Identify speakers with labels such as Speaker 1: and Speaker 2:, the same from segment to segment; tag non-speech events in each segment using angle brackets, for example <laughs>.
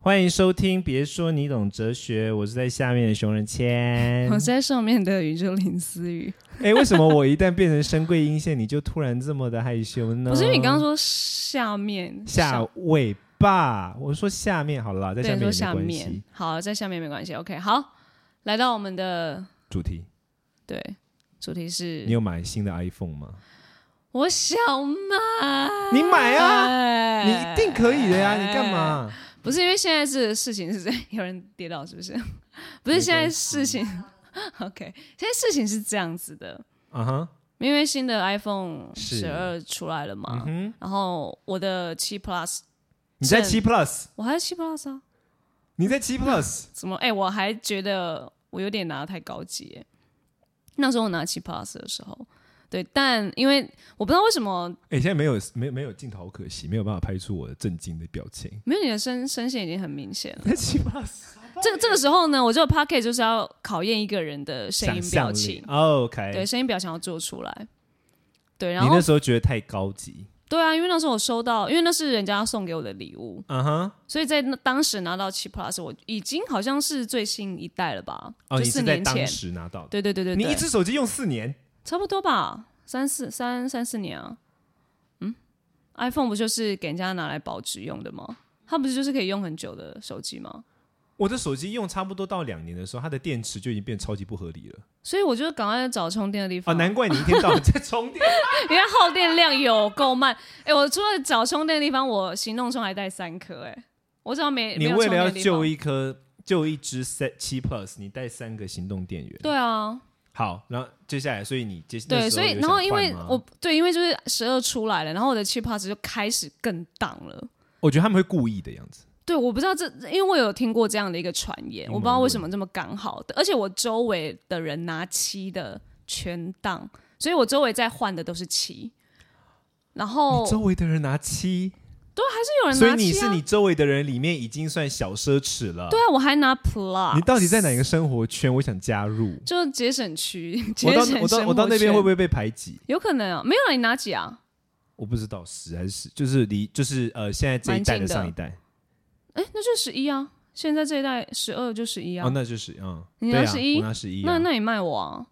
Speaker 1: 欢迎收听，别说你懂哲学，我是在下面的熊仁谦。
Speaker 2: 我在上面的宇宙林思雨，
Speaker 1: 哎，为什么我一旦变成深贵阴线，你就突然这么的害羞呢？
Speaker 2: 不是因为你刚刚说下面
Speaker 1: 嗯下尾巴，我说下面好了啦，在
Speaker 2: 对
Speaker 1: 下面也
Speaker 2: 说
Speaker 1: 没
Speaker 2: 下
Speaker 1: 关
Speaker 2: 面
Speaker 1: 系。
Speaker 2: 好，在下面没关系。OK，好，来到我们的
Speaker 1: 主题，
Speaker 2: 对主题
Speaker 1: 你
Speaker 2: 是，
Speaker 1: 有买新的 iPhone 吗？
Speaker 2: 我想买，
Speaker 1: 你买哎啊你一定可以的呀，你干嘛？
Speaker 2: <laughs> 不是因为现在是事情是这样，有人跌倒是不是？ <laughs> 不是现在事情，OK，现在事情是这样子的，
Speaker 1: 啊哈，
Speaker 2: 因为新的 iPhone
Speaker 1: 是
Speaker 2: 十二出来了嘛，
Speaker 1: 嗯哼，
Speaker 2: 然后我的七 Plus，
Speaker 1: 你在
Speaker 2: 正
Speaker 1: 七 Plus，
Speaker 2: 我还有七 Plus 啊，
Speaker 1: 你在七 Plus，
Speaker 2: 怎么？哎、我还觉得我有点拿得太高级耶。那时候我拿七 Plus 的时候，对，但因为我不知道为什么
Speaker 1: 哎，现在没有没有没有镜头，好可惜，没有办法拍出我的震惊的表情。
Speaker 2: 没有你的声声线已经很明显了。
Speaker 1: 在七 Plus，
Speaker 2: 这个这个时候呢，我这个 p o c k e t 就是要考验一个人的声音表情，
Speaker 1: ，OK，
Speaker 2: 对，声音表情要做出来。对，然
Speaker 1: 你
Speaker 2: 后
Speaker 1: 那时候觉得太高级，
Speaker 2: 对啊，因为那时候我收到，因为那是人家送给我的礼物，
Speaker 1: 啊哈，
Speaker 2: 所以在那当时拿到七 Plus，我已经好像是最新一代了吧？
Speaker 1: 哦，你
Speaker 2: 就四
Speaker 1: 是在
Speaker 2: 年
Speaker 1: 当
Speaker 2: 前。
Speaker 1: 时拿到的，
Speaker 2: 对对对对对，
Speaker 1: 你一只手机用四年，
Speaker 2: 差不多吧，三四三三四年啊。嗯，iPhone 不就是给人家拿来保值用的吗？它不是就是可以用很久的手机吗？
Speaker 1: 我的手机用差不多到两年的时候，它的电池就已经变超级不合理了
Speaker 2: 所以我就赶快找充电的地
Speaker 1: 啊！
Speaker 2: 方，
Speaker 1: 难怪你一天
Speaker 2: <laughs>
Speaker 1: 到晚在充电，
Speaker 2: 因为耗电量有够慢。哎、我除了找充电的地方，我行动中还带三颗。哎，我只要没没
Speaker 1: 你
Speaker 2: 有
Speaker 1: 为
Speaker 2: 充
Speaker 1: 了要
Speaker 2: 电的地
Speaker 1: 救
Speaker 2: 方，
Speaker 1: 一颗救一只三七 Plus，你带三个行动电源，
Speaker 2: 对啊，
Speaker 1: 好，然后接下来，所以你接
Speaker 2: 对，所以然后因为
Speaker 1: 我
Speaker 2: 我对，因为就是十二出来了，然后我的七 Plus 就开始更荡了。
Speaker 1: 我觉得他们会故意的样子，
Speaker 2: 对，我不知道这，因为我有听过这样的一个传言，
Speaker 1: 阴谋
Speaker 2: 我不知道为什么这么刚好的，而且我周围的人拿七的全当，所以我周围在换的都是七。然后
Speaker 1: 你
Speaker 2: 是
Speaker 1: 周围的人拿七、
Speaker 2: 有人
Speaker 1: 所以
Speaker 2: 哦拿
Speaker 1: 你
Speaker 2: 七
Speaker 1: 是
Speaker 2: 啊
Speaker 1: 你，周围的人里面已经算小奢侈了。
Speaker 2: 对啊，啊我还拿 Plus，
Speaker 1: 你到底在哪个生活圈？我想加入。
Speaker 2: 就是节省区，
Speaker 1: 我
Speaker 2: 节
Speaker 1: 到
Speaker 2: 省生
Speaker 1: 我
Speaker 2: 活
Speaker 1: 到我到那边会不
Speaker 2: 会
Speaker 1: 会被排挤？
Speaker 2: 有可能啊？没有啊，你拿几啊？
Speaker 1: 我不知道十还是十，就是离就是呃现在这一代的上一代
Speaker 2: 哎，那就十一啊，现在这一代十二就十一啊
Speaker 1: 哦，，那就是嗯，
Speaker 2: 你
Speaker 1: 对
Speaker 2: 拿
Speaker 1: 啊
Speaker 2: 11
Speaker 1: 我拿十一、
Speaker 2: 那那你卖我啊？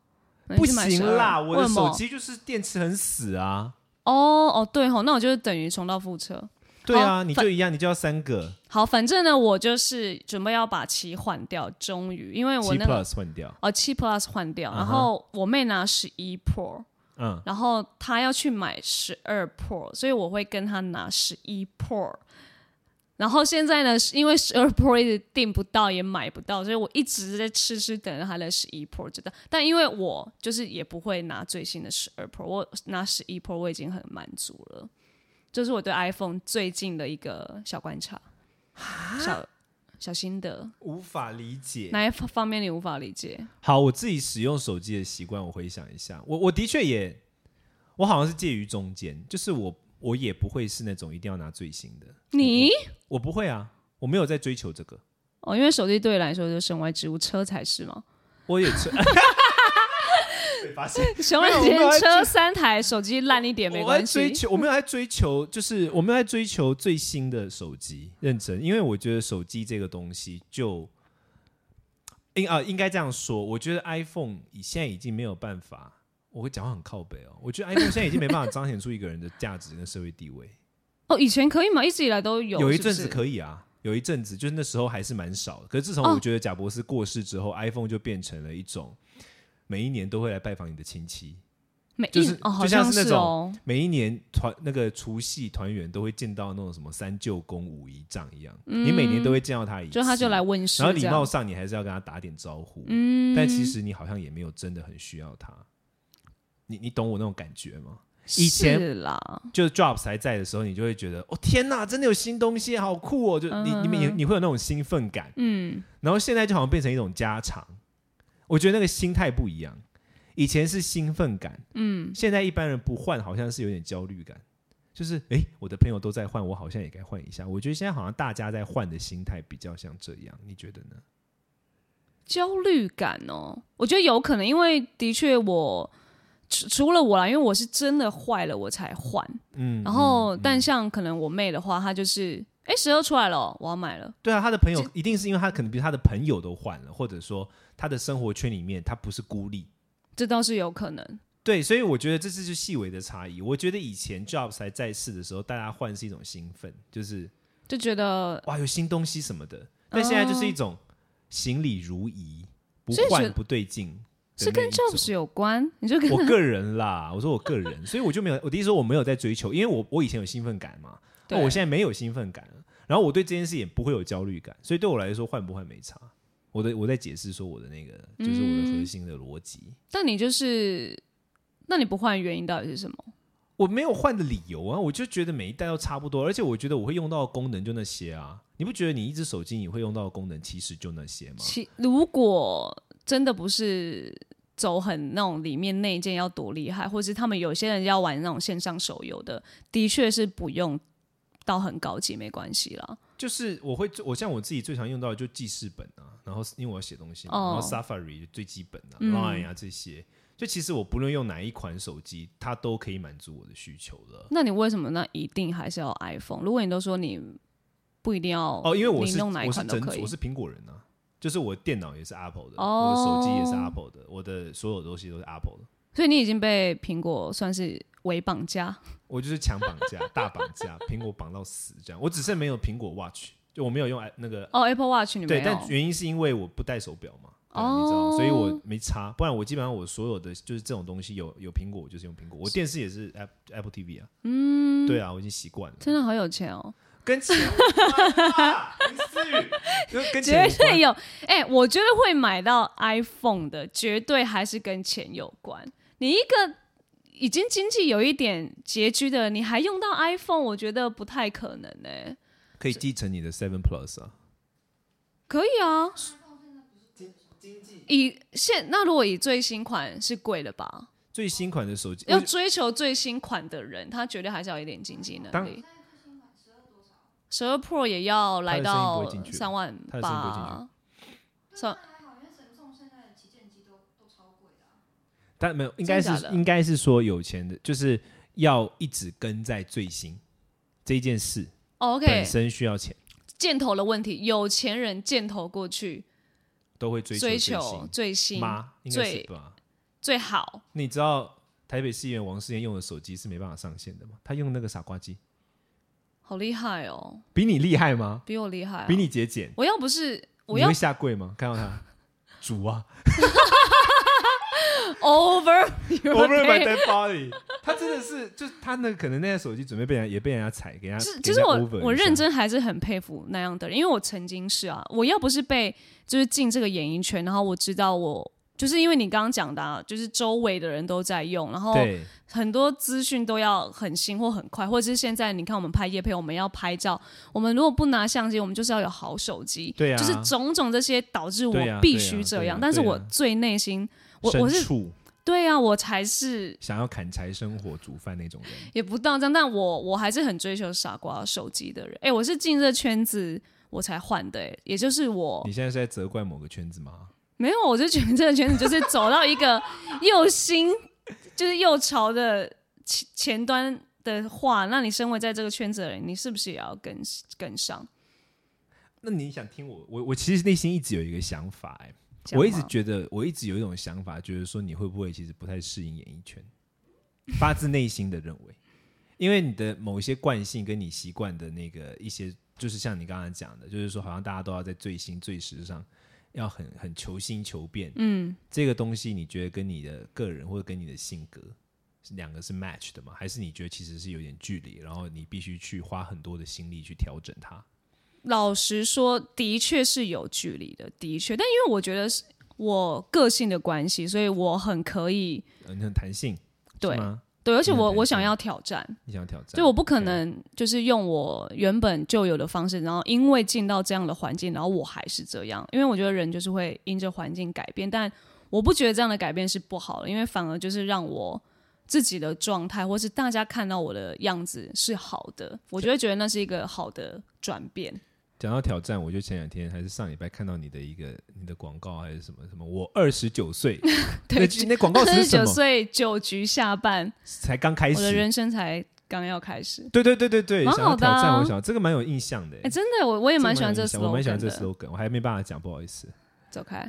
Speaker 2: 那
Speaker 1: 不
Speaker 2: 你去买
Speaker 1: 行
Speaker 2: 12
Speaker 1: 啦，我的
Speaker 2: 为什
Speaker 1: 手
Speaker 2: 么
Speaker 1: 机就是电池很死啊。
Speaker 2: 哦哦对吼，那我就是等于重蹈覆辙。
Speaker 1: 对啊，
Speaker 2: 好
Speaker 1: 你就一样，你就要三个
Speaker 2: 好，反正呢，我就是准备要把七换掉，终于，因为我
Speaker 1: 七
Speaker 2: 那个
Speaker 1: Plus 换掉，
Speaker 2: 哦七 Plus 换掉，
Speaker 1: 啊哈
Speaker 2: 然后我妹拿十一 Pro，
Speaker 1: 嗯，
Speaker 2: 然后她要去买十二 Pro，所以我会跟她拿十一 Pro。然后现在呢，是因为十二 Pro 一直订不到，也买不到，所以我一直在痴痴等着它的十一 Pro 知道。但因为我就是也不会拿最新的十二 Pro，我拿十一 Pro 我已经很满足了。这是我对 iPhone 最近的一个小观察，小小心得。
Speaker 1: 无法理解。
Speaker 2: 哪一方面你无法理解？
Speaker 1: 好，我自己使用手机的习惯，我回想一下，我我的确也，我好像是介于中间，就是我我也不会是那种一定要拿最新的，
Speaker 2: 你
Speaker 1: 我不会啊，我没有在追求这个，
Speaker 2: 哦，因为手机对你来说就是身外之物，车才是
Speaker 1: <laughs>
Speaker 2: 嘛。
Speaker 1: 我也
Speaker 2: <laughs>
Speaker 1: 是。被发现
Speaker 2: 熊仁
Speaker 1: 没有我没有
Speaker 2: 杰
Speaker 1: 在
Speaker 2: 车三台，手机烂一点没
Speaker 1: 我在
Speaker 2: 关
Speaker 1: 追
Speaker 2: 系。
Speaker 1: 求，我没有在追求，就是我没有在追求最新的手机，认真，因为我觉得手机这个东西就应啊、应该这样说，我觉得 iPhone 以现在已经没有办法，我会讲话很靠北哦，我觉得 iPhone 现在已经没办法彰显出一个人的价值跟社会地位，
Speaker 2: 哦，以前可以嘛，一直以来都 <laughs> 有。
Speaker 1: 有一
Speaker 2: 是不
Speaker 1: 阵
Speaker 2: 是
Speaker 1: 子可以啊。有一阵子，就是那时候还是蛮少的。可是自从
Speaker 2: 哦
Speaker 1: 我觉得贾博士过世之后、i p h o n e 就变成了一种每一年都会来拜访你的亲戚，
Speaker 2: 每一
Speaker 1: 就是
Speaker 2: 哦，好
Speaker 1: 就像是那
Speaker 2: 是哦。
Speaker 1: 每一年团那个除夕团圆都会见到那种什么三舅公五姨丈一样，你每年都会见到他一次，
Speaker 2: 嗯就他就来，问事，
Speaker 1: 然后礼
Speaker 2: 这样
Speaker 1: 貌上你还是要跟他打点招呼，嗯，但其实你好像也没有真的很需要他，你你懂我那种感觉吗？以前
Speaker 2: 是啦，
Speaker 1: 就是 Drops 还在的时候，你就会觉得哦天哪，真的有新东西，好酷哦！就你你们你你会有那种兴奋感，
Speaker 2: 嗯，
Speaker 1: 然后现在就好像变成一种家常，我觉得那个心态不一样，以前是兴奋感，
Speaker 2: 嗯，
Speaker 1: 现在一般人不换，好像是有点焦虑感，就是诶，我的朋友都在换，我好像也该换一下。我觉得现在好像大家在换的心态比较像这样，你觉得呢？
Speaker 2: 焦虑感哦，我觉得有可能，因为的确我除除了我啦，因为我是真的坏了我才换，
Speaker 1: 嗯
Speaker 2: 然后，但像可能我妹的话，她就是哎，十二出来了哦，我要买了。
Speaker 1: 对啊，他的朋友一定是因为他可能比如他的朋友都换了，或者说他的生活圈里面他不是孤立。
Speaker 2: 这倒是有可能。
Speaker 1: 对，所以我觉得这是就细微的差异。我觉得以前 Jobs 还在世的时候，大家换是一种兴奋，就是
Speaker 2: 就觉得
Speaker 1: 哇有新东西什么的，但现在就是一种行礼如仪，不
Speaker 2: 哦所以觉
Speaker 1: 换
Speaker 2: 得
Speaker 1: 不对劲的那一种。
Speaker 2: 是跟 Jobs 有关，你就跟
Speaker 1: 我
Speaker 2: <laughs>
Speaker 1: 个人啦，我说我个人，所以我就没有，我的意思说我没有在追求，因为我我以前有兴奋感嘛，那
Speaker 2: 对
Speaker 1: 我现在没有兴奋感了，然后我对这件事也不会有焦虑感，所以对我来说换不换没差。我的我在解释说我的那个就是我的
Speaker 2: 嗯
Speaker 1: 核心的逻辑，
Speaker 2: 但你就是，那你不换原因到底是什么？
Speaker 1: 我没有换的理由啊，我就觉得每一代都差不多，而且我觉得我会用到的功能就那些啊，你不觉得你一只手机你会用到的功能其实就那些吗？
Speaker 2: 其如果真的不是走很那种里面内建要多厉害，或是他们有些人要玩那种线上手游的，的确是不用到很高级没关系
Speaker 1: 哦
Speaker 2: 啦。
Speaker 1: 就是我会我像我自己最常用到的就记事本啊，然后因为我要写东西嘛，
Speaker 2: 哦
Speaker 1: 然后 Safari 最基本啊、
Speaker 2: 嗯
Speaker 1: Line 啊这些，就其实我不论用哪一款手机，它都可以满足我的需求了。
Speaker 2: 那你为什么那一定还是要 iPhone？如果你都说你不一定要
Speaker 1: 哦，因为我
Speaker 2: 你
Speaker 1: 是
Speaker 2: 弄哪一
Speaker 1: 我是
Speaker 2: 款都
Speaker 1: 整
Speaker 2: 可以
Speaker 1: 我是苹果人啊，就是我电脑也是 Apple 的，我
Speaker 2: 哦
Speaker 1: 的手机也是 Apple 的，我的所有东西都是 Apple 的，
Speaker 2: 所以你已经被苹果算是为绑架。
Speaker 1: 我就是强绑架、 <laughs> 大绑架，苹果绑到死这样。我只是没有苹果 Watch，就我没有用呃那个
Speaker 2: 哦，Apple Watch 你没
Speaker 1: 对，
Speaker 2: 有？
Speaker 1: 但原因是因为我不戴手表嘛，哦、你知道，所以我没差。不然我基本上我所有的就是这种东西有有苹果，我就是用苹果。我电视也是 Apple Apple TV 啊，嗯，对啊，我已经习惯了。
Speaker 2: 真的好有钱哦！
Speaker 1: 跟钱无关
Speaker 2: <laughs>
Speaker 1: 啊，林思雨，就跟钱
Speaker 2: 绝
Speaker 1: 无关
Speaker 2: 对有， <laughs> 哎、我觉得会买到 iPhone 的，绝对还是跟钱有关。你一个已经经济有一点拮据的，你还用到 iPhone，我觉得不太可能欸呢、
Speaker 1: 可以继承你的 Seven Plus 啊。
Speaker 2: 可以啊，以现那如果以最新款是贵了吧？
Speaker 1: 最新款的手机，
Speaker 2: 要
Speaker 1: 我
Speaker 2: 追求最新款的人，他绝对还是要有一点经济能
Speaker 1: 当
Speaker 2: 力。十二 Pro 也要来
Speaker 1: 他
Speaker 2: 到
Speaker 1: 的声音不会进去
Speaker 2: 三万
Speaker 1: 他的声音不会
Speaker 2: 八，三
Speaker 1: 但没有，应该
Speaker 2: 真的
Speaker 1: 是
Speaker 2: 假的
Speaker 1: 应该是说有钱的，就是要一直跟在最新这件事
Speaker 2: 哦 OK
Speaker 1: 本身需要钱，
Speaker 2: 箭头的问题，有钱人箭头过去
Speaker 1: 都会追求最
Speaker 2: 追求最
Speaker 1: 新
Speaker 2: 新、
Speaker 1: 吗？应该是
Speaker 2: 最
Speaker 1: 吧。
Speaker 2: 最好。
Speaker 1: 你知道台北市议员王世坚用的手机是没办法上线的吗？他用那个傻瓜机，
Speaker 2: 好厉害哦，
Speaker 1: 比你厉害吗？
Speaker 2: 比我厉害啊、
Speaker 1: 比你节俭，
Speaker 2: 我要不是我
Speaker 1: 你
Speaker 2: 要
Speaker 1: 会下跪吗？看到他， <laughs> 主 <laughs> 啊，
Speaker 2: over
Speaker 1: 我不是
Speaker 2: your
Speaker 1: 买
Speaker 2: head
Speaker 1: 单包里，他真的是，就是他那可能那台手机准备被人家也被人家踩，给人家
Speaker 2: 是，
Speaker 1: 给
Speaker 2: 就
Speaker 1: 人
Speaker 2: 是
Speaker 1: 家
Speaker 2: 我
Speaker 1: over
Speaker 2: 我
Speaker 1: 一下
Speaker 2: 认真还是很佩服那样的人，因为我曾经是啊，我要不是被就是进这个演艺圈，然后我知道我就是因为你刚刚讲的、啊，就是周围的人都在用，然后
Speaker 1: 对
Speaker 2: 很多资讯都要很新或很快，或者是现在你看我们拍夜配，我们要拍照，我们如果不拿相机，我们就是要有好手机，
Speaker 1: 对啊
Speaker 2: 就是种种这些导致我
Speaker 1: 对啊
Speaker 2: 必须这
Speaker 1: 对啊
Speaker 2: 样，
Speaker 1: 对啊
Speaker 2: 但是
Speaker 1: 对啊
Speaker 2: 我最内心，我我
Speaker 1: 深
Speaker 2: 是
Speaker 1: 处
Speaker 2: 对啊，我才是
Speaker 1: 想要砍柴生活煮饭那种人，
Speaker 2: 也不到这样，但我我还是很追求傻瓜手机的人。哎、我是进这圈子我才换的、诶也就是我
Speaker 1: 你现在是在责怪某个圈子吗？
Speaker 2: 没有，我就觉得这个圈子就是走到一个 <laughs> 又新就是又潮的前前端的话，那你身为在这个圈子的人，你是不是也要跟跟上？
Speaker 1: 那你想听我，我我其实内心一直有一个想法、哎，
Speaker 2: 这样
Speaker 1: 我一直
Speaker 2: 吗
Speaker 1: 觉得，我一直有一种想法，觉得说你会不会其实不太适应演艺圈， <laughs> 发自内心的认为，因为你的某一些惯性跟你习惯的那个一些，就是像你刚刚讲的，就是说好像大家都要在最新最时尚，要很很求新求变，
Speaker 2: 嗯，
Speaker 1: 这个东西你觉得跟你的个人或者跟你的性格是两个是 match 的吗？还是你觉得其实是有点距离，然后你必须去花很多的心力去调整它？
Speaker 2: 老实说，的确是有距离的，的确，但因为我觉得是我个性的关系，所以我很可以
Speaker 1: 呃，你很弹性，
Speaker 2: 对
Speaker 1: 是吗？
Speaker 2: 对，而且
Speaker 1: 你很
Speaker 2: 我
Speaker 1: 弹
Speaker 2: 我想
Speaker 1: 性
Speaker 2: 要挑战。
Speaker 1: 你想要挑战，
Speaker 2: 就我不可
Speaker 1: 对啊
Speaker 2: 能就是用我原本就有的方式，然后因为进到这样的环境，然后我还是这样，因为我觉得人就是会因着环境改变，但我不觉得这样的改变是不好的，因为反而就是让我自己的状态，或是大家看到我的样子是好的，我就会觉得那是一个好的转变。
Speaker 1: 讲到挑战，我就前两天还是上礼拜看到你的一个你的广告还是什么什么，我二十九
Speaker 2: <laughs>
Speaker 1: 岁，那
Speaker 2: 对，
Speaker 1: <laughs> 句那广告词
Speaker 2: 三
Speaker 1: 是
Speaker 2: 十
Speaker 1: 什
Speaker 2: 九
Speaker 1: 么？
Speaker 2: 岁酒局下半，
Speaker 1: 才刚开
Speaker 2: 我
Speaker 1: 始，
Speaker 2: 的人生才刚要开始。
Speaker 1: 对对对对对，
Speaker 2: 蛮
Speaker 1: 想要
Speaker 2: 好的
Speaker 1: 挑
Speaker 2: 啊
Speaker 1: 战，我想这个蛮有印象的、
Speaker 2: 哎，真的，我我也
Speaker 1: 这个
Speaker 2: 蛮喜欢这
Speaker 1: 有
Speaker 2: 个
Speaker 1: 印象我蛮喜欢
Speaker 2: slogan
Speaker 1: 这
Speaker 2: 的。
Speaker 1: slogan，我还没办法讲，不好意思。
Speaker 2: 走开，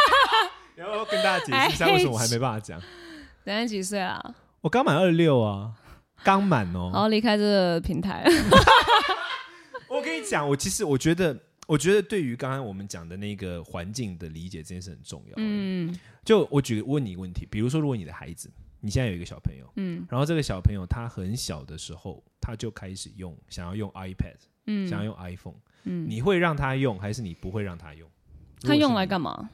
Speaker 1: <laughs> 然后跟大家解释一下
Speaker 2: I hate
Speaker 1: 为什么我还没办法讲。
Speaker 2: 等下几岁啊？
Speaker 1: 我刚满二六啊，刚满
Speaker 2: 然
Speaker 1: 哦。
Speaker 2: 后离开这个平台。
Speaker 1: 我跟你讲，我其实我觉得，我觉得对于刚刚我们讲的那个环境的理解，这件事很重要。嗯，
Speaker 2: 嗯
Speaker 1: 就我举问你一个问题，比如说，如果你的孩子，你现在有一个小朋友，
Speaker 2: 嗯
Speaker 1: 然后这个小朋友他很小的时候，他就开始用，想要用 iPad，、
Speaker 2: 嗯，
Speaker 1: 想要用 iPhone，
Speaker 2: 嗯
Speaker 1: 你会让他用，还是你不会让他用？
Speaker 2: 他用来
Speaker 1: 嘛？
Speaker 2: 干嘛？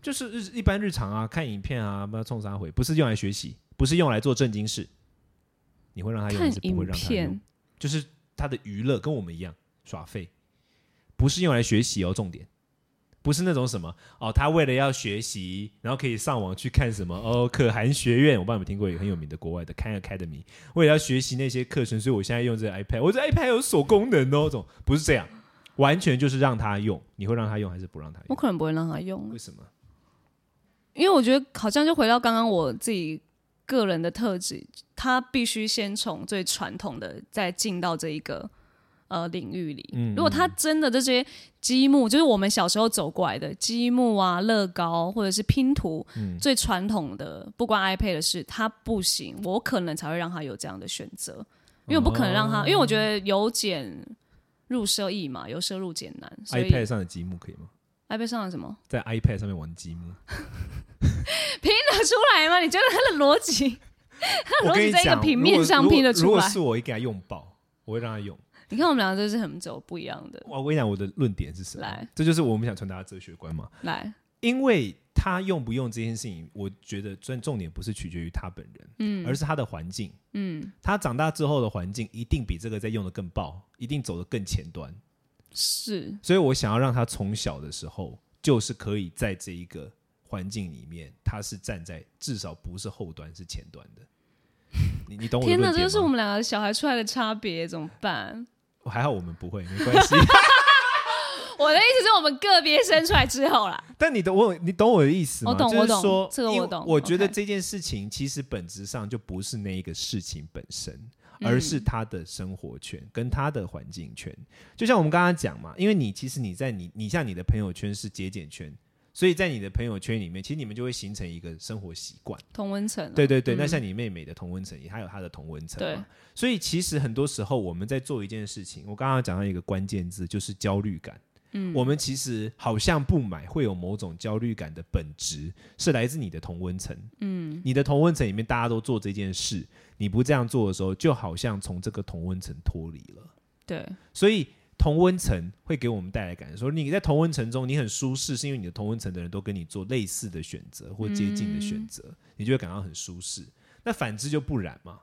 Speaker 1: 就是日一般日常啊，看影片啊，不知道冲啥回，不是用来学习，不是用来做正经事。你会让他用，还
Speaker 2: 看
Speaker 1: 是不
Speaker 2: 影
Speaker 1: 会让他用
Speaker 2: 片？，
Speaker 1: 就是他的娱乐跟我们一样耍废，不是用来学习哦，重点不是那种什么哦，他为了要学习，然后可以上网去看什么哦，可汗学院，我不知道你们听过，也很有名的国外的 Khan Academy，为了要学习那些课程，所以我现在用这个 iPad，我这 iPad 有手功能哦，这种不是这样，完全就是让他用，你会让他用还是不让他
Speaker 2: 我
Speaker 1: 用？
Speaker 2: 可能不会让他用
Speaker 1: 为，什么？
Speaker 2: 因为我觉得好像就回到刚刚我自己个人的特质，他必须先从最传统的再进到这一个呃领域里。
Speaker 1: 嗯
Speaker 2: 如果他真的这些积木，就是我们小时候走过来的积木啊、乐高或者是拼图，
Speaker 1: 嗯
Speaker 2: 最传统的不关 iPad 的事，他不行，我可能才会让他有这样的选择，因为我不可能让
Speaker 1: 哦
Speaker 2: 他，因为我觉得由简入奢易嘛，由奢入简难，所以
Speaker 1: iPad 上的积木可以吗？
Speaker 2: iPad 上了什么？ <laughs>
Speaker 1: 在 iPad 上面玩积木，
Speaker 2: 拼得出来吗？你觉得它的逻辑，它的
Speaker 1: 我
Speaker 2: 逻
Speaker 1: 跟
Speaker 2: 辑
Speaker 1: 你
Speaker 2: 在一个
Speaker 1: 讲
Speaker 2: 平
Speaker 1: 如
Speaker 2: 面
Speaker 1: 果
Speaker 2: 上
Speaker 1: 如果
Speaker 2: 拼得
Speaker 1: 如
Speaker 2: 出
Speaker 1: 果
Speaker 2: 来？
Speaker 1: 是我，我一给他用爆，我会让他用。
Speaker 2: <laughs> 你看我们两个就是很走不一样的。
Speaker 1: 我我跟你讲我的论点是什么
Speaker 2: 来？
Speaker 1: 这就是我们想传达的哲学观嘛。
Speaker 2: 来，
Speaker 1: 因为他用不用这件事情，我觉得重重点不是取决于他本人，
Speaker 2: 嗯
Speaker 1: 而是他的环境。
Speaker 2: 嗯，
Speaker 1: 他长大之后的环境一定比这个在用的更爆，一定走得更前端。
Speaker 2: 是
Speaker 1: 所以我想要让他从小的时候就是可以在这一个环境里面，他是站在至少不是后端，是前端的。你你懂我的
Speaker 2: 天
Speaker 1: 论
Speaker 2: 这
Speaker 1: 点
Speaker 2: 就是我
Speaker 1: 吗？
Speaker 2: 们两个小孩出来的差别，怎么办？
Speaker 1: 还好我们不会，没关系。
Speaker 2: <laughs> 我的意思是我们个别生出来之后啦，
Speaker 1: 但你懂我，你懂我的意思吗？
Speaker 2: 我懂
Speaker 1: 就是
Speaker 2: 我懂
Speaker 1: 说
Speaker 2: 这个我
Speaker 1: 因为
Speaker 2: 懂
Speaker 1: 我觉得
Speaker 2: OK
Speaker 1: 这件事情其实本质上就不是那一个事情本身，
Speaker 2: 嗯
Speaker 1: 而是他的生活圈跟他的环境圈。就像我们刚刚讲嘛，因为你其实你在你你像你的朋友圈是节俭圈，所以在你的朋友圈里面，其实你们就会形成一个生活习惯。
Speaker 2: 同温层啊、
Speaker 1: 对对对，那像你妹妹的同温层，她有她的同温层
Speaker 2: 对
Speaker 1: 嘛。所以其实很多时候我们在做一件事情，我刚刚讲到一个关键字，就是焦虑感。嗯，我们其实好像不买会有某种焦虑感的本质是来自你的同温层。嗯，你的同温层里面大家都做这件事，你不这样做的时候，就好像从这个同温层脱离了。
Speaker 2: 对，
Speaker 1: 所以同温层会给我们带来感觉，说你在同温层中你很舒适，是因为你的同温层的人都跟你做类似的选择或接近的选择，你就会感到很舒适。那反之就不然嘛。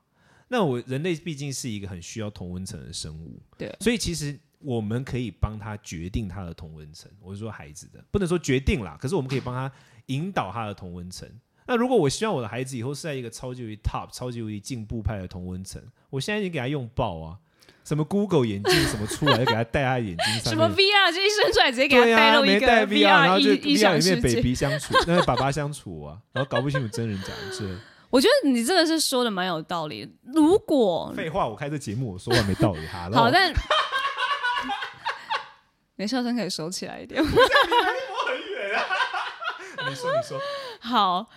Speaker 1: 那我人类毕竟是一个很需要同温层的生物，
Speaker 2: 对
Speaker 1: 所以其实我们可以帮他决定他的同温层。我是说孩子的，不能说决定啦，可是我们可以帮他引导他的同温层。那如果我希望我的孩子以后是在一个超级无敌 top、超级无敌进步派的同温层，我现在已经给他用爆啊！什么 Google 眼镜什么出来，就给他戴他眼镜上
Speaker 2: 什么
Speaker 1: 面。
Speaker 2: VR 这一生出来直接给他
Speaker 1: 对
Speaker 2: 带
Speaker 1: 啊，
Speaker 2: 入一
Speaker 1: 没
Speaker 2: 个
Speaker 1: 戴 VR，然后就
Speaker 2: 异异
Speaker 1: VR
Speaker 2: 想
Speaker 1: 里
Speaker 2: 世
Speaker 1: 面
Speaker 2: 界。
Speaker 1: baby 相处，那个爸爸相处啊，然后搞不清楚真人假人之类的。
Speaker 2: 我觉得你这个是说的蛮有道理的。如果
Speaker 1: 废话，我开这节目我说话没道理
Speaker 2: <laughs>
Speaker 1: 哈。
Speaker 2: 好，但你的笑声可以收起来一
Speaker 1: <laughs>
Speaker 2: 点。
Speaker 1: 你说你说，
Speaker 2: 好，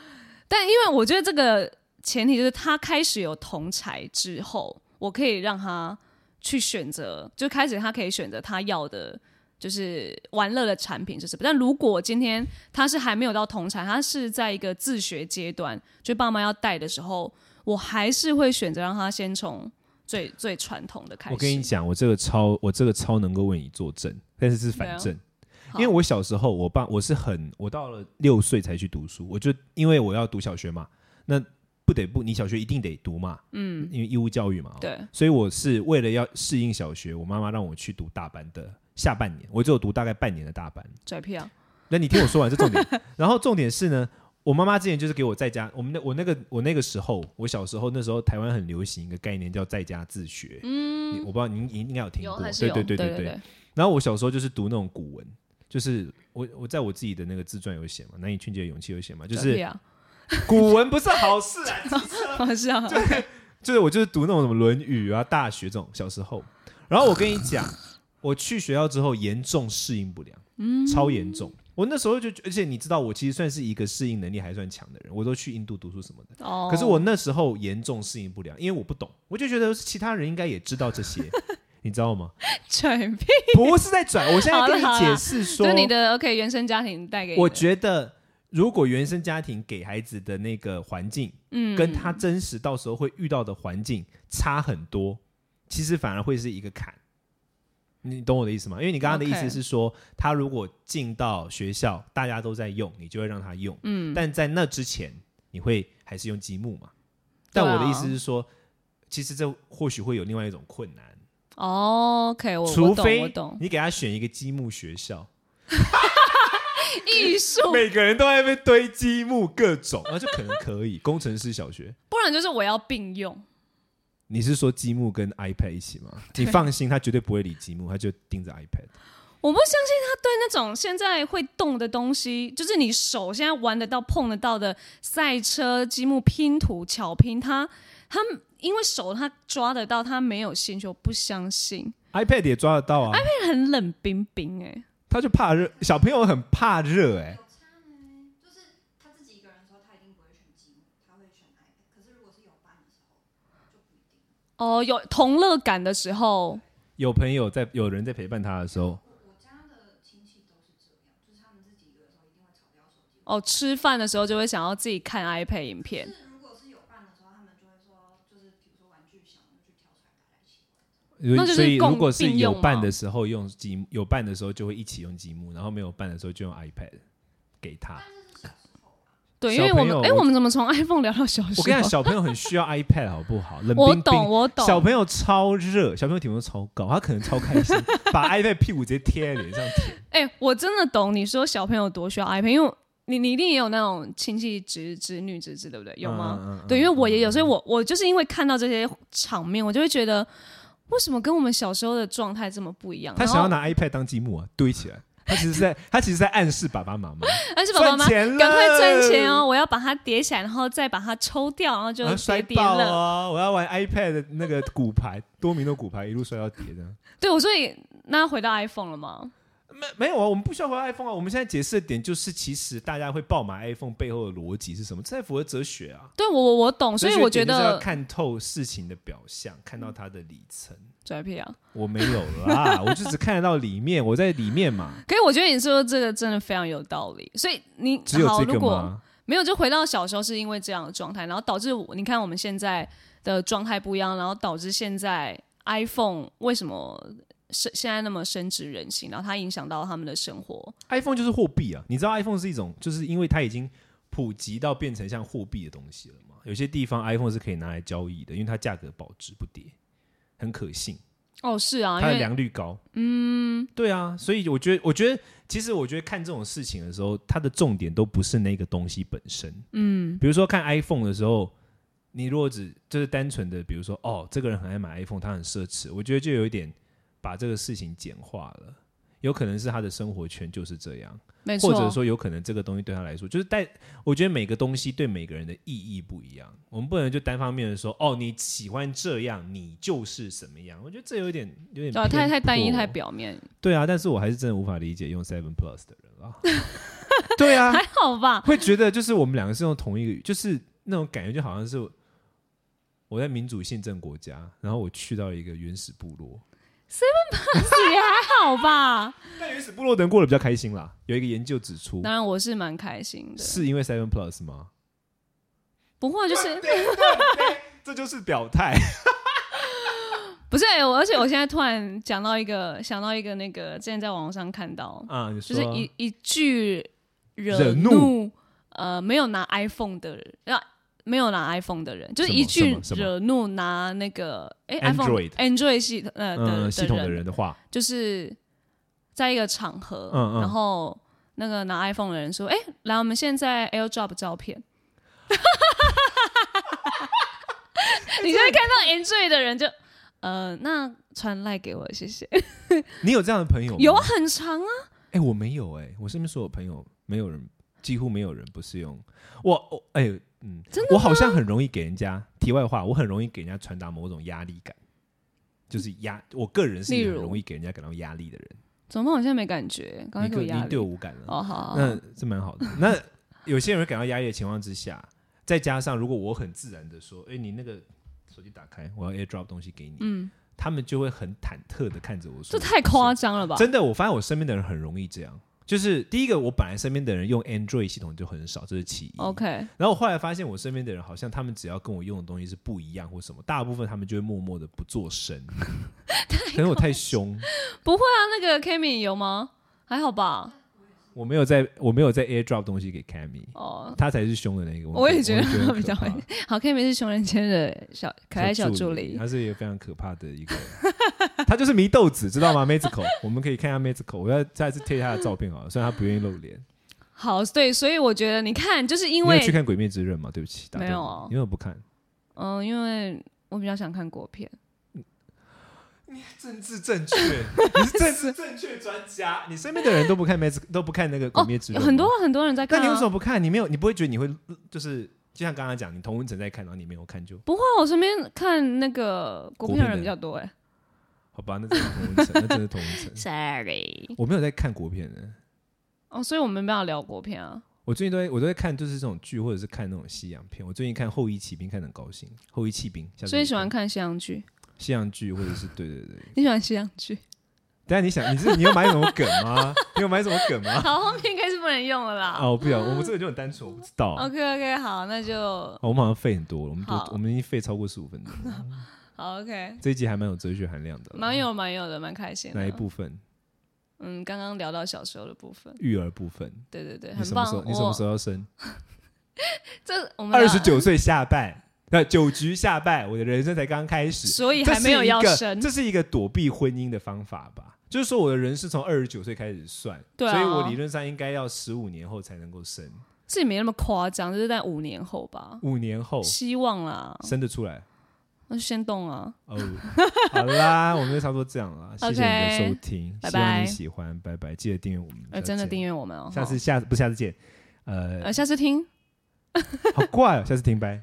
Speaker 2: 但因为我觉得这个前提就是他开始有同才之后，我可以让他去选择，就开始他可以选择他要的，就是玩乐的产品是什么。但如果今天他是还没有到同才，他是在一个自学阶段，就爸妈要带的时候，我还是会选择让他先从最最传统的开始。
Speaker 1: 我跟你讲，我这个超我这个超能够为你作证，但是是反证。因为
Speaker 2: 好
Speaker 1: 我小时候，我爸我是很，我到了六岁才去读书，我就因为我要读小学嘛，那不得不你小学一定得读嘛，嗯，因为义务教育嘛，哦
Speaker 2: 对，
Speaker 1: 所以我是为了要适应小学，我妈妈让我去读大班的下半年，我只有读大概半年的大班。
Speaker 2: 拽啊票，
Speaker 1: 那你听我说完这重点，然后重点是呢，我妈妈之前就是给我在家，我们那我那个我那个时候，我小时候那时候台湾很流行一个概念叫在家自学，嗯，我不知道您您应该有听
Speaker 2: 有
Speaker 1: 过，
Speaker 2: 还是
Speaker 1: 对
Speaker 2: 有，
Speaker 1: 对对
Speaker 2: 对
Speaker 1: 对对。然后我小时候就是读那种古文，就是我我在我自己的那个自传有写嘛，难以劝解的勇气有写嘛，就
Speaker 2: 拽
Speaker 1: 是
Speaker 2: 啊票，
Speaker 1: 古文不是好事啊，机车
Speaker 2: 好像
Speaker 1: 对就是我就是读那种什么《论语》啊、《大学》这种小时候。然后我跟你讲，我去学校之后严重适应不良， <laughs> 超
Speaker 2: 嗯
Speaker 1: 严重。我那时候就，而且你知道，我其实算是一个适应能力还算强的人，我都去印度读书什么的。
Speaker 2: 哦，
Speaker 1: 可是
Speaker 2: <laughs>
Speaker 1: 我那时候严重适应不良，因为我不懂，我就觉得其他人应该也知道这些， <laughs> 你知道吗？
Speaker 2: 蠢屁，
Speaker 1: 不是在转，我现在跟你
Speaker 2: 好了好
Speaker 1: 解
Speaker 2: 了
Speaker 1: 释说，
Speaker 2: 就是你的 OK 原生家庭带给你的，
Speaker 1: 我觉得，如果原生家庭给孩子的那个环境，嗯，跟他真实到时候会遇到的环境差很多，其实反而会是一个坎。你懂我的意思吗？因为你刚刚的意思
Speaker 2: OK
Speaker 1: 是说他如果进到学校，大家都在用，你就会让他用，嗯，但在那之前，你会还是用积木嘛？
Speaker 2: 对
Speaker 1: 但
Speaker 2: 啊
Speaker 1: 我的意思是说，其实这或许会有另外一种困难，
Speaker 2: 哦 OK，我
Speaker 1: 除
Speaker 2: 我懂我
Speaker 1: 非
Speaker 2: 懂 <laughs>
Speaker 1: 你给他选一个积木学校，
Speaker 2: 艺术，
Speaker 1: 每个人都在那边堆积木各种，那就可能可以。工程师小学，
Speaker 2: 不然就是我要并用。
Speaker 1: 你是说积木跟 iPad 一起吗？你放心，他绝对不会理积木，他就盯着 iPad。
Speaker 2: 我不相信他对那种现在会动的东西，就是你手现在玩得到、碰得到的赛车、积木、拼图、巧拼，他他因为手他抓得到，他没有兴趣，我不相信。
Speaker 1: iPad 也抓得到啊，
Speaker 2: 但很冷冰冰哎、
Speaker 1: 他就怕热，小朋友很怕热哎、
Speaker 2: 哦，有同乐感的时候，
Speaker 1: 有朋友在，有人在陪伴他的时候，
Speaker 2: 哦，吃饭的时候就会想要自己看 iPad 影片。那就是
Speaker 1: 所以
Speaker 2: 共
Speaker 1: 如果是
Speaker 2: 并
Speaker 1: 有
Speaker 2: 用嘛
Speaker 1: 伴的时候用积木，有伴的时候就会一起用积木，然后没有伴的时候就用 iPad 给他。
Speaker 2: 哦对，因
Speaker 1: 小
Speaker 2: 为我
Speaker 1: 朋友
Speaker 2: 们哎、
Speaker 1: 我
Speaker 2: 我们怎么从 iPhone 聊到小时
Speaker 1: 我跟你讲，小朋友很需
Speaker 2: <laughs>
Speaker 1: 要 iPad 好不好？冷
Speaker 2: 我
Speaker 1: 冰冰
Speaker 2: 懂，我懂。
Speaker 1: 小朋友超热，小朋友体温超高，他可能超开
Speaker 2: <laughs>
Speaker 1: 心，把 iPad 屁股直接贴在脸上舔。
Speaker 2: 哎、我真的懂你说小朋友多需要 iPad，因为你你一定也有那种亲戚侄侄女侄子，对不对？有吗？
Speaker 1: 嗯？嗯嗯
Speaker 2: 对，因为我也有，
Speaker 1: 嗯
Speaker 2: 所以我我就是因为看到这些场面，我就会觉得为什么跟我们小时候的状态这么不一样？
Speaker 1: 他想要
Speaker 2: 然后，
Speaker 1: 拿 iPad 当积木啊，堆起来。他其实是在，他其实在暗示爸爸妈妈
Speaker 2: 而且爸爸妈
Speaker 1: 赚
Speaker 2: 妈
Speaker 1: 钱了，
Speaker 2: 赶快赚钱哦，我要把它叠起来，然后再把它抽掉，然后就
Speaker 1: 然后摔
Speaker 2: 叠叠
Speaker 1: 爆
Speaker 2: 乐。
Speaker 1: 哦！我要玩 iPad 的那个骨牌，多米诺骨牌一路摔到底这样。
Speaker 2: 对，我所以那回到 iPhone 了吗？
Speaker 1: 没没有啊，我们不需要回到 iPhone 啊。我们现在解释的点就是，其实大家会爆买 iPhone 背后的逻辑是什么？这才符合哲学啊。
Speaker 2: 对我我我懂，哦所以我
Speaker 1: 哲学点
Speaker 2: 觉
Speaker 1: 就是要
Speaker 2: 得
Speaker 1: 看透事情的表象，看到它的里层。
Speaker 2: 拽屁啊！
Speaker 1: 我没有啦，我就只看得到里面，我在里面嘛。
Speaker 2: 可是我觉得你说这个真的非常有道理，所以你
Speaker 1: 只有
Speaker 2: 好
Speaker 1: 这
Speaker 2: 如
Speaker 1: 个
Speaker 2: 果
Speaker 1: 吗？
Speaker 2: 没有，就回到小时候是因为这样的状态，然后导致我你看我们现在的状态不一样，然后导致现在 iPhone 为什么是现在那么深植人心，然后它影响到他们的生活。
Speaker 1: iPhone 就是货币啊，你知道 iPhone 是一种，就是因为它已经普及到变成像货币的东西了嘛。有些地方 iPhone 是可以拿来交易的，因为它价格保值不跌，很可信，
Speaker 2: 哦，是啊，
Speaker 1: 它
Speaker 2: 因
Speaker 1: 的
Speaker 2: 为
Speaker 1: 良率高。嗯，对啊，所以我觉得，我觉得其实我觉得看这种事情的时候，它的重点都不是那个东西本身。嗯，比如说看 iPhone 的时候。你如果只就是单纯的，比如说哦，这个人很爱买 iPhone，他很奢侈，我觉得就有一点把这个事情简化了。有可能是他的生活圈就是这样，
Speaker 2: 没
Speaker 1: 或
Speaker 2: 错，
Speaker 1: 者说有可能这个东西对他来说，就是带，我觉得每个东西对每个人的意义不一样，我们不能就单方面的说，哦，你喜欢这样，你就是什么样。我觉得这有点有点
Speaker 2: 对啊，太
Speaker 1: 偏
Speaker 2: 太单一
Speaker 1: 颇
Speaker 2: 太表面，
Speaker 1: 对啊，但是我还是真的无法理解用 Seven Plus 的人啊， <laughs> 对啊，
Speaker 2: 还好吧？
Speaker 1: 会觉得就是我们两个是用同一个语，就是那种感觉，就好像是我在民主宪政国家，然后我去到一个原始部落，
Speaker 2: 也啊还好吧。
Speaker 1: 但原始部落的人过得比较开心啦。有一个研究指出，
Speaker 2: 当然我是蛮开心的，
Speaker 1: 是因为 Seven Plus 吗？
Speaker 2: 不过就是
Speaker 1: 这就是表
Speaker 2: <laughs>
Speaker 1: 态。
Speaker 2: 不是、欸我而且我现在突然讲到一个想到一个那个之前在网络上看到，
Speaker 1: 啊，你
Speaker 2: 就
Speaker 1: 说
Speaker 2: 是一一句惹
Speaker 1: 惹怒
Speaker 2: 呃没有拿 iPhone 的人，要没有拿 iPhone 的人，就是
Speaker 1: 什么
Speaker 2: 一句
Speaker 1: 什么什么
Speaker 2: 惹怒拿那个哎 iPhone
Speaker 1: Android
Speaker 2: Android 系统呃的、
Speaker 1: 嗯系统的
Speaker 2: 人，
Speaker 1: 人的话，
Speaker 2: 就是在一个场合，
Speaker 1: 嗯嗯
Speaker 2: 然后那个拿 iPhone 的人说，哎、来我们现在 AirDrop
Speaker 1: <laughs>
Speaker 2: 照片。你就会看到 Android 的人就，呃，那传赖给我，谢谢。
Speaker 1: 你有这样的朋友吗
Speaker 2: 有啊，？很长啊，
Speaker 1: 哎，我没有哎，我身边所有朋友没有人，几乎没有人不是用我我哎，嗯，
Speaker 2: 真
Speaker 1: 我好像很容易给人家题外话，我很容易给人家传达某种压力感，就是压。我个人是一个
Speaker 2: 例
Speaker 1: 很
Speaker 2: 如
Speaker 1: 容易给人家感到压力的人。
Speaker 2: 怎么办？我现在没感觉，刚才
Speaker 1: 你
Speaker 2: 给我
Speaker 1: 对
Speaker 2: 压
Speaker 1: 你对
Speaker 2: 力。
Speaker 1: 我无感了，
Speaker 2: 哦，好，
Speaker 1: 那是蛮好的。 <laughs> 那有些人会感到压力的情况之下，再加上如果我很自然的说，哎、你那个手机打开，我要 AirDrop 东西给你，
Speaker 2: 嗯，
Speaker 1: 他们就会很忐忑的看着我说，
Speaker 2: 这太夸张了吧？
Speaker 1: 真的，我发现我身边的人很容易这样。就是第一个，我本来身边的人用 Android 系统就很少，这是其一。
Speaker 2: OK，
Speaker 1: 然后我后来发现，我身边的人好像他们只要跟我用的东西是不一样或什么，大部分他们就会默默的不做声。
Speaker 2: <laughs>
Speaker 1: 可能我太凶，
Speaker 2: 啊那那个 Kimi 有吗？还好吧。
Speaker 1: 我没有在我没有在 AirDrop 东西给 Cammy，
Speaker 2: 哦，
Speaker 1: 他才是凶的那个。
Speaker 2: 我也觉得
Speaker 1: 我很
Speaker 2: <laughs> 他比较
Speaker 1: 可怕
Speaker 2: 好，Kimi 是熊仁谦的小可爱小助
Speaker 1: 理，
Speaker 2: 理。
Speaker 1: 他是一个非常可怕的一个， <laughs> 他就是迷豆子，知道吗？妹子口， <laughs> 我们可以看一下妹子口，我要下一次贴他的照片好了，虽然他不愿意露脸。
Speaker 2: 好，对，所以我觉得你看，就是因
Speaker 1: 你
Speaker 2: 为
Speaker 1: 有去看《鬼灭之刃》吗？对不起，打断
Speaker 2: 没有
Speaker 1: 你
Speaker 2: 啊
Speaker 1: 你为什么不看？
Speaker 2: 嗯、因为我比较想看国片，
Speaker 1: 政治正 <laughs> 确，你是政治正确专家，你身边的人都不看《妹子》，都不看那个《鬼灭之刃》
Speaker 2: 有
Speaker 1: 吗
Speaker 2: 很多很多人在看、
Speaker 1: 但
Speaker 2: 啊。
Speaker 1: 你为什么不看？你没有，你不会觉得你会就是就像刚刚讲，你同温层在看，然后你没有看就
Speaker 2: 不会啊，我身边看那个国片的人比较多哎、。
Speaker 1: 好吧？那真的是同温层，那真的是同温层
Speaker 2: Sorry， <laughs>
Speaker 1: 我没有在看国片的，
Speaker 2: 哦，所以我们没办法聊国片啊。
Speaker 1: 我最近都在我都在看就是这种剧，或者是看那种西洋片。我最近看《后裔骑兵》看得很高兴，《后裔骑兵》下次
Speaker 2: 所以
Speaker 1: 可
Speaker 2: 喜欢
Speaker 1: 看
Speaker 2: 看西洋剧？ <laughs>
Speaker 1: 西洋剧，或者是对对对。
Speaker 2: 你喜欢西洋
Speaker 1: <laughs>
Speaker 2: 剧？
Speaker 1: 但你想，你是你有买什么梗吗？你有买什么梗吗？
Speaker 2: 好，后面应该是不能用了啦。
Speaker 1: 啊，我不想，我们这个就很单纯，我不知道。哦
Speaker 2: OK OK，好，那就
Speaker 1: 好我们好像废很多了，我们多
Speaker 2: 嗯好
Speaker 1: 我们已经废超过十五分钟了，
Speaker 2: 好 OK，
Speaker 1: 这一集还蛮有哲学含量的。
Speaker 2: 蛮有蛮有的，蛮开心的。
Speaker 1: 哪一？部分？
Speaker 2: 嗯，刚刚聊到小时候的部分，
Speaker 1: 育儿部分。
Speaker 2: 对对对，
Speaker 1: 你
Speaker 2: 很
Speaker 1: 什么
Speaker 2: 棒。
Speaker 1: 时候？
Speaker 2: 我
Speaker 1: 你什么时候要生？
Speaker 2: 这我们
Speaker 1: 二十，九岁下半，那九局下半，我的人生才刚开
Speaker 2: <laughs>
Speaker 1: 始。
Speaker 2: 所以
Speaker 1: 这
Speaker 2: 还
Speaker 1: 是
Speaker 2: 没有
Speaker 1: 一
Speaker 2: 要
Speaker 1: 个
Speaker 2: 生。
Speaker 1: 这是一个躲避婚姻的方法吧？就是说，我的人是从二十九岁开始算，
Speaker 2: 对啊
Speaker 1: 所以我理论上应该要十五年后才能够生，
Speaker 2: 这也没那么夸张，就是在五年后吧，
Speaker 1: 五年后
Speaker 2: 希望啦，
Speaker 1: 生得出来。
Speaker 2: 那就先动啊。
Speaker 1: 哦，好啦，我们就差不多这样了，谢谢你
Speaker 2: OK，
Speaker 1: 的收听，
Speaker 2: 拜
Speaker 1: 希望
Speaker 2: 拜
Speaker 1: 你喜欢，拜拜，记得订阅我们，
Speaker 2: 呃，真的
Speaker 1: 再见
Speaker 2: 订阅我们哦。
Speaker 1: 下次
Speaker 2: 哈
Speaker 1: 下次不是下次见，呃，
Speaker 2: 呃，下次听。
Speaker 1: 好怪哦，下次听拜。